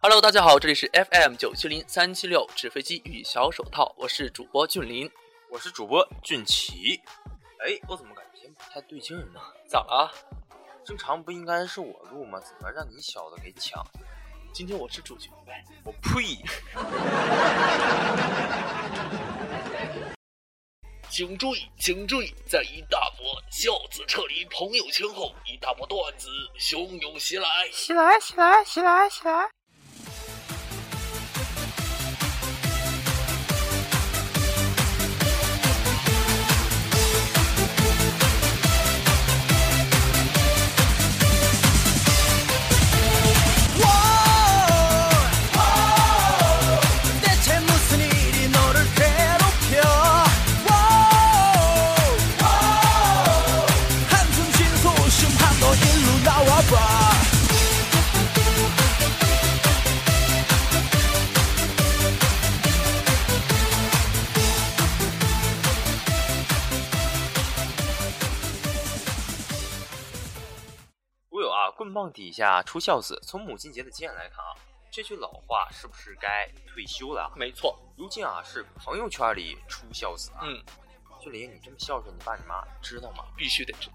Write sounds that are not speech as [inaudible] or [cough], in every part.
Hello，大家好，这里是 FM 九七零三七六纸飞机与小手套，我是主播俊林。我是主播俊奇。哎，我怎么感觉不太对劲儿呢？咋了啊？正常不应该是我录吗？怎么让你小子给抢？今天我是主角呗。我呸！请注意，请注意，在一大波孝子撤离朋友圈后，一大波段子汹涌袭来。起来，起来，起来，起来！ 대체 무슨 일이 너를 괴롭혀 와우. 한숨 쉰 소심한 너 일로 나와봐 我有啊，棍棒底下出孝子。从母亲节的经验来看啊，这句老话是不是该退休了啊？没错，如今啊，是朋友圈里出孝子啊。嗯，俊林，你这么孝顺，你爸你妈知道吗？必须得知。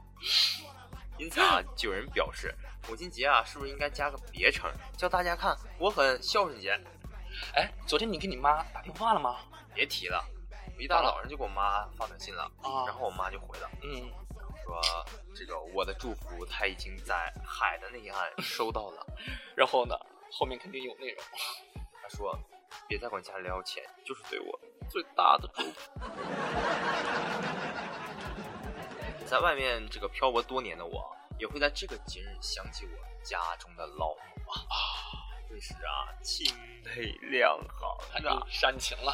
因此啊，就有人表示，母亲节啊，是不是应该加个别称，叫大家看我很孝顺节？哎，昨天你给你妈打电话了吗？别提了，我一大早上就给我妈发短信了，啊然后我妈就回了。嗯，说这个我的祝福他已经在海的那一岸收到了。然后呢？后面肯定有内容。他说别再管家里要钱，就是对我最大的祝福。在外面这个漂泊多年的我，也会在这个节日想起我家中的老母啊，顿时啊清泪两他行啊就，煽情了，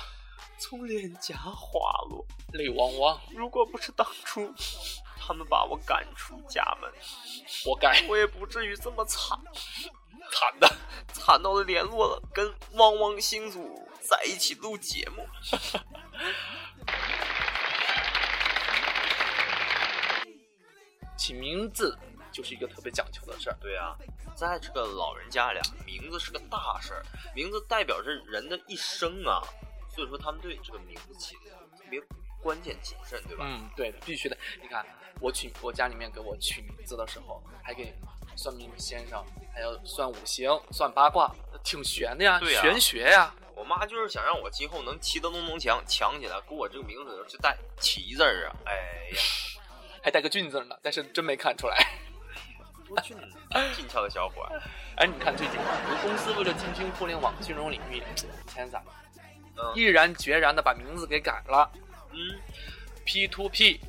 从脸颊滑落。泪汪汪。如果不是当初他们把我赶出家门，活该，我也不至于这么惨。惨的。惨到的联络了跟汪汪星组在一起录节目。起名字就是一个特别讲究的事儿。对啊，在这个老人家里，啊，名字是个大事儿，名字代表着人的一生啊，所以说他们对这个名字起的特别关键谨慎，对吧？嗯，对的，必须的。你看，我取我家里面给我取名字的时候，还给算命先生，还要算五行、算八卦，挺玄的呀，对呀玄学呀。我妈就是想让我今后能骑得咚咚锵，强起来，给我这个名字的时候就带“骑”字儿啊，哎呀，还带个俊字呢，但是真没看出来。多俊俊俏的小伙儿。哎，你看最近啊，有公司为了进军互联网金融领域，以前咋嗯毅然决然的把名字给改了嗯， ，P to P，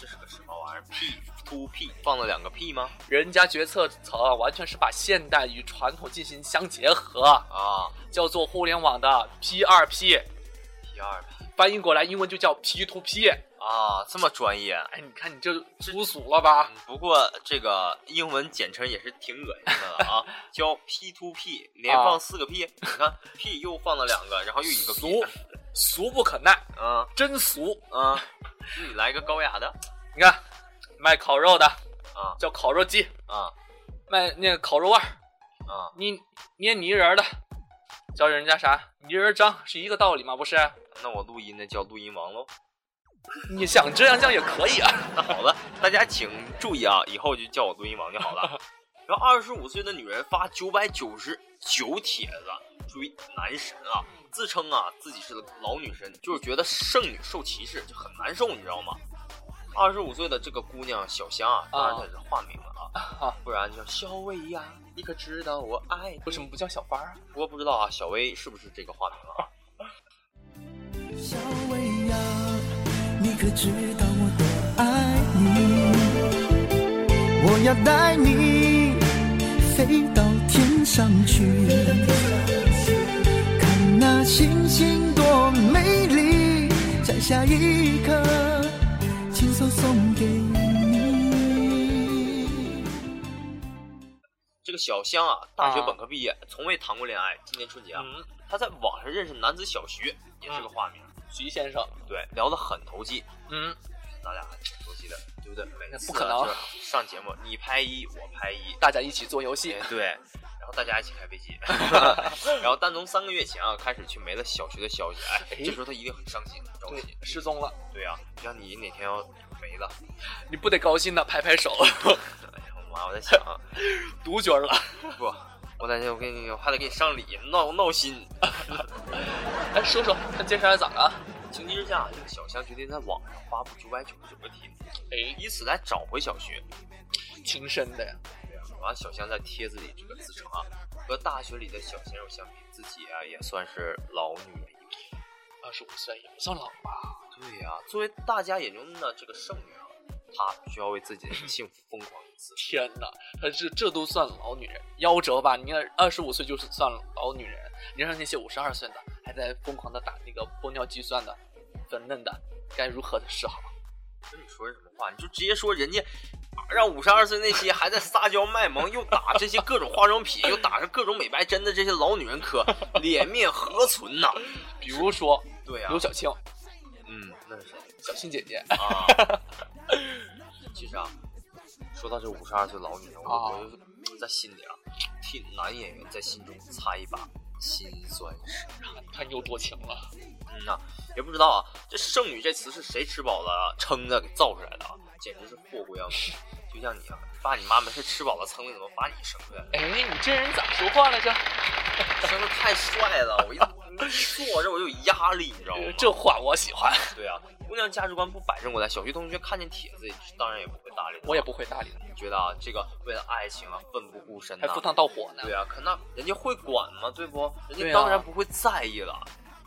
这是个什么玩意儿？P to P 放了两个 P 吗？人家决策层啊完全是把现代与传统进行相结合，啊叫做互联网的 P 二 P， ，P 二 P 翻译过来英文就叫 P to P。啊，这么专业。哎，你看你这粗俗了吧？嗯不过这个英文简称也是挺恶心的了 [laughs] 啊，叫 P to P，连啊放四个 P，、你看 P 又放了两个，然后又一个 P，俗，俗不可耐，嗯真俗。嗯，你来个高雅的你看，卖烤肉的啊叫烤肉鸡，啊卖那个烤肉腕儿，啊捏捏泥人儿的叫人家啥泥人张，是一个道理吗？不是？那我录音的叫录音王喽。你想这样叫也可以啊。那好了，大家请注意啊，以后就叫我录音王就好了。然后二十五岁的女人发九百九十九帖子追男神啊，自称啊自己是老女神，就是觉得剩女受歧视，就很难受，你知道吗？二十五岁的这个姑娘小香啊，当然她也是化名了啊啊，不然叫小薇呀、你可知道我爱你？为什么不叫小花啊？我不知道啊，小薇是不是这个化名啊？小薇呀，你可知道我多爱你？我要带你飞到天上去，看那星星多美丽，摘下一颗，亲手送给你。这个小香啊，大学啊本科毕业，从未谈过恋爱。今年春节啊，嗯，她在网上认识男子小徐，也是个化名。徐先生。对，聊得很投机。嗯，咱俩还挺熟悉的，对不对？每次、啊、不可能就是上节目，你拍一，我拍一，大家一起做游戏哎，对，然后大家一起开飞 [laughs] 机，然后但从三个月前啊开始却没了小学的消息，哎，哎这时候他一定很伤心、很着对急。失踪了，对啊，就像你哪天要没了，你不得高兴的拍拍手， [laughs] 哎呀，我妈，我在想啊，独角儿了。不，我感觉我给你，我还得给你上礼，闹闹心。哎，说说他接下来咋了？情急之下，这个小香决定在网上发布九百九十九个帖子，哎，以此来找回小学。挺深的呀。完，小香在帖子里这个自称啊，和大学里的小鲜肉相比，自己啊也算是老女人一枚。二十五岁也不算老吧？对呀、作为大家眼中的这个剩女啊，她需要为自己的幸福疯狂一次。天哪，她这这都算老女人，夭折吧？你那二十五岁就是算老女人，你让那些五十二岁的还在疯狂的打那个玻尿计算的粉嫩的，该如何的是好？跟你说什么话？你就直接说人家让五十二岁那些还在撒娇卖萌，又打这些各种化妆品，又打上各种美白针的这些老女人可脸面何存呐？比如说对呀、刘晓庆，嗯，那是谁？小庆姐哎姐，啊， [laughs] 其实啊，说到这五十二岁老女人，我啊我就在心里啊，替男演员在心中擦一把辛酸史。她又多情了。嗯呐、也不知道啊，这“剩女”这词是谁吃饱了撑的给造出来的啊？简直是祸国殃民！就像你啊，爸你妈没事吃饱了撑的，怎么把你生出来 [laughs] 了？哎，你这人咋说话来着？生的太帅了，我一一坐这我就有压力，你知道吗呃？这话我喜欢，对啊，姑娘价值观不摆正过来，小学同学看见帖子，当然也不会搭理她。我也不会搭理她，觉得啊，这个为了爱情啊，奋不顾身呐、还赴汤蹈火呢。对啊，可那人家会管吗？对不？人对家啊当然不会在意了。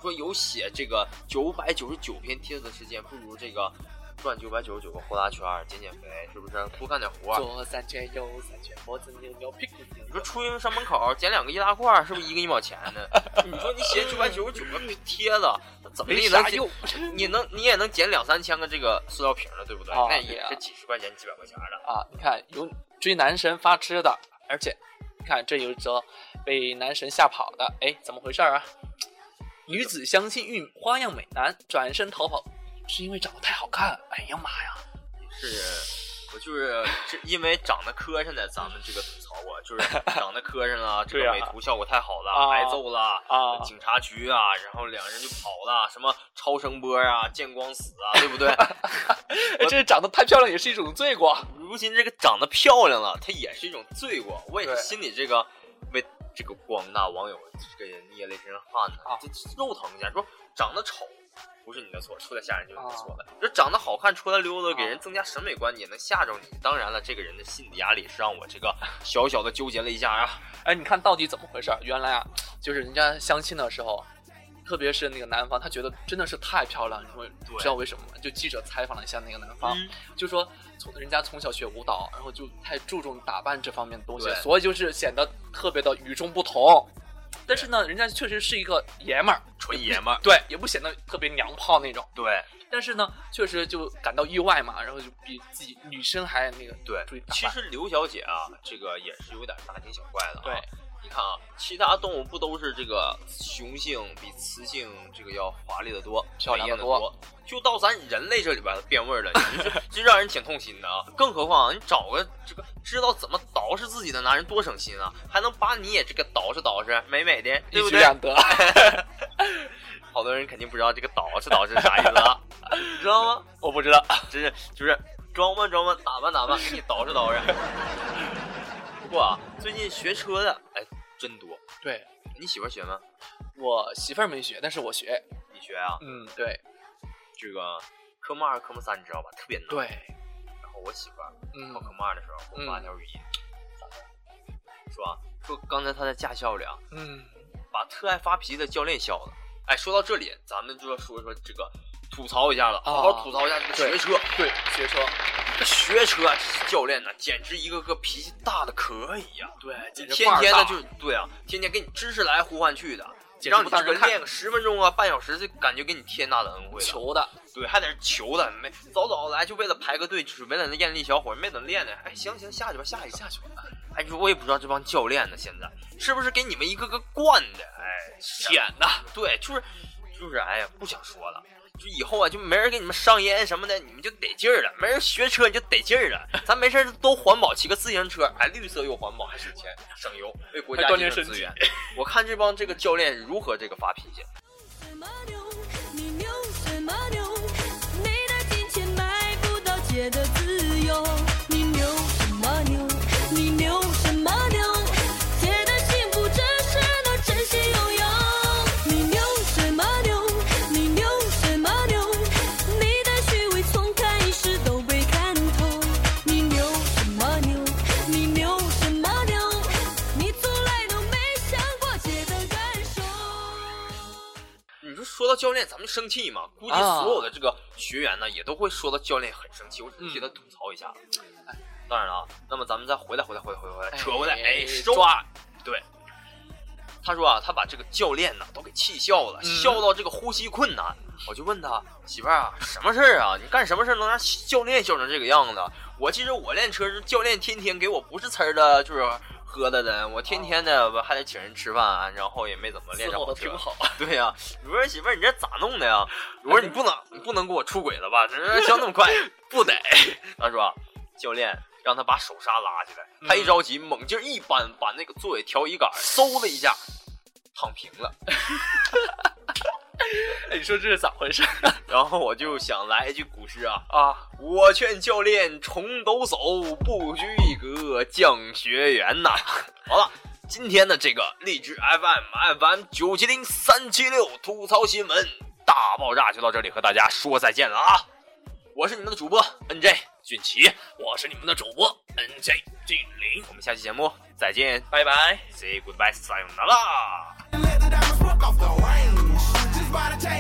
说有写这个九百九十九篇帖子的时间，不如这个转九百九十九个呼啦圈儿，减减肥，是不是？多干点活儿。左三圈右三圈，脖子扭扭，屁股扭你扭说。出去上门口捡两个易拉罐，是不是一个一毛钱呢？ [laughs] 你说你写九百九十九个帖子，那怎么没也能啥捡用，你能你也能捡两三千个这个塑料瓶儿了，对不对？啊那对也啊是几十块钱、几百块钱的。啊，你看有追男神发吃的，而且你看这有一则被男神吓跑的，哎，怎么回事儿啊？女子相亲遇花样美男，转身逃跑，是因为长得太好看。哎呀妈呀！是，我就是这因为长得磕碜的，咱们这个吐槽过，就是长得磕碜了，这对个啊美图效果太好了，啊挨揍了。啊，警察局啊，然后两人就跑了，什么超声波啊、见光死啊，对不对？哎 [laughs] 这长得太漂亮也是一种罪过。如今这个长得漂亮了，它也是一种罪过。我也是对心里这个为这个广大网友这个捏了一身汗呢啊，这肉疼一下。说长得丑不是你的错，出来吓人就是你的啊错了。这、长得好看，出来溜达，给人增加审美观，也能吓着你。当然了，这个人的心理压力是让我这 [laughs] 个小小的纠结了一下啊。哎，你看到底怎么回事儿？原来啊，就是人家相亲的时候，特别是那个男方，他觉得真的是太漂亮，因为对嗯知道为什么吗？就记者采访了一下那个男啊方，就说从人家从小学舞蹈，然后就太注重打扮这方面的东西对，所以就是显得特别的与众不同。但是呢，人家确实是一个爷们儿，纯爷们儿，对，也不显得特别娘炮那种。对但是呢，确实就感到意外嘛，然后就比自己女生还那个对注意。打其扮。实刘小姐啊，这个也是有点大惊小怪的、啊。对，你看啊，其他动物不都是这个雄性比雌性这个要华丽的多、漂亮美得艳多多？就到咱人类这里边变味儿了，你这 [laughs] 这让人挺痛心的啊！更何况啊、你找个这个知道怎么捯饬自己的男人多省心啊，还能把你也这个捯饬捯饬，美美的，对一不举对？[laughs] 两得，好多人肯定不知道这个捯饬捯饬是啥意思 [laughs] 了，你知道吗？我不知道。真是就是装吧装吧，打扮打扮，给你捯饬 [laughs] 捯饬。不过啊，最近学车的哎真多，对你媳妇儿学吗？我媳妇儿没学，但是我学。你学啊？嗯，对这个科目二、科目三你知道吧？特别难。。对，然后我媳妇儿嗯考科目二的时候，给嗯我发条语音，说啊，说刚才她在驾校里啊，嗯，把特爱发脾气的教练笑了。哎，说到这里，咱们就要说一说这个吐槽一下了，啊好好吐槽一下这个学对车，对，学车，这个学车啊这教练呢，简直一个个脾气大的可以呀、对，简直天腕儿天大的就是对啊，天天给你知识来呼唤去的。简直让你不当这个人看练个十分钟啊，半小时，就感觉给你天大的恩惠了。求的，对，还在那求的，没早早来就为了排个队，准备在那艳丽小伙儿没等练呢。哎，行行，下去吧，下一个，下去吧。哎，我也不知道这帮教练呢，现在是不是给你们一个个惯的？哎，天哪！对，就是就是哎呀，不想说了。就以后啊，就没人给你们上烟什么的，你们就得劲儿了；没人学车，你就得劲儿了。 [laughs] 咱没事儿都环保，骑个自行车，哎，绿色又环保，还省钱省油，为国家还锻节炼省资身体源。 [laughs] 我看这帮这个教练如何这个发脾气。什么牛？你牛什么牛？没的金钱买不到姐的自由。你牛什么牛？你牛什么牛？姐的幸福只是能真心拥有。你牛什么牛？你牛什么牛？你的虚伪从开始都被看透。你牛什么牛？你牛什么牛？你从来都没想过姐的感受。你说说到教练，咱们生气嘛？估计啊所有的这个学员呢，也都会说到教练很生气，我只嗯是替他吐槽一下。哎当然了啊，那么咱们再回来，回来，回来，回来，回来，扯回来，哎，收抓，对，他说啊，他把这个教练呢都给气笑了，嗯笑到这个呼吸困难。我就问他媳妇儿啊，什么事儿啊？你干什么事儿能让教练笑成这个样子？我记着我练车是教练天天给我不是呲儿的，就是喝的的，我天天的我还得请人吃饭，啊然后也没怎么练啊伺着候好的车啊挺。好。 [laughs] 对呀、我说媳妇儿，你这咋弄的呀？我说你不能，你不能跟我出轨了吧？这笑那么快，不得。 [laughs] 他说，教练让他把手刹拉起来，他一着急，猛劲儿一扳，把那个座位调椅杆嗖的一下躺平了。哎， [laughs] 你说这是咋回事然后我就想来一句古诗啊，啊？我劝教练重抖擞，不拘一格降学员呐、好了，今天的这个励志 FM FM 九七零三七六吐槽新闻大爆炸就到这里，和大家说再见了啊！我是你们的主播 NJ 俊奇，我是你们的主播 NJ 俊林，我们下期节目再见拜拜。 ，Say goodbye，sayonara。 and let the diamonds spark off the range. Just by the time.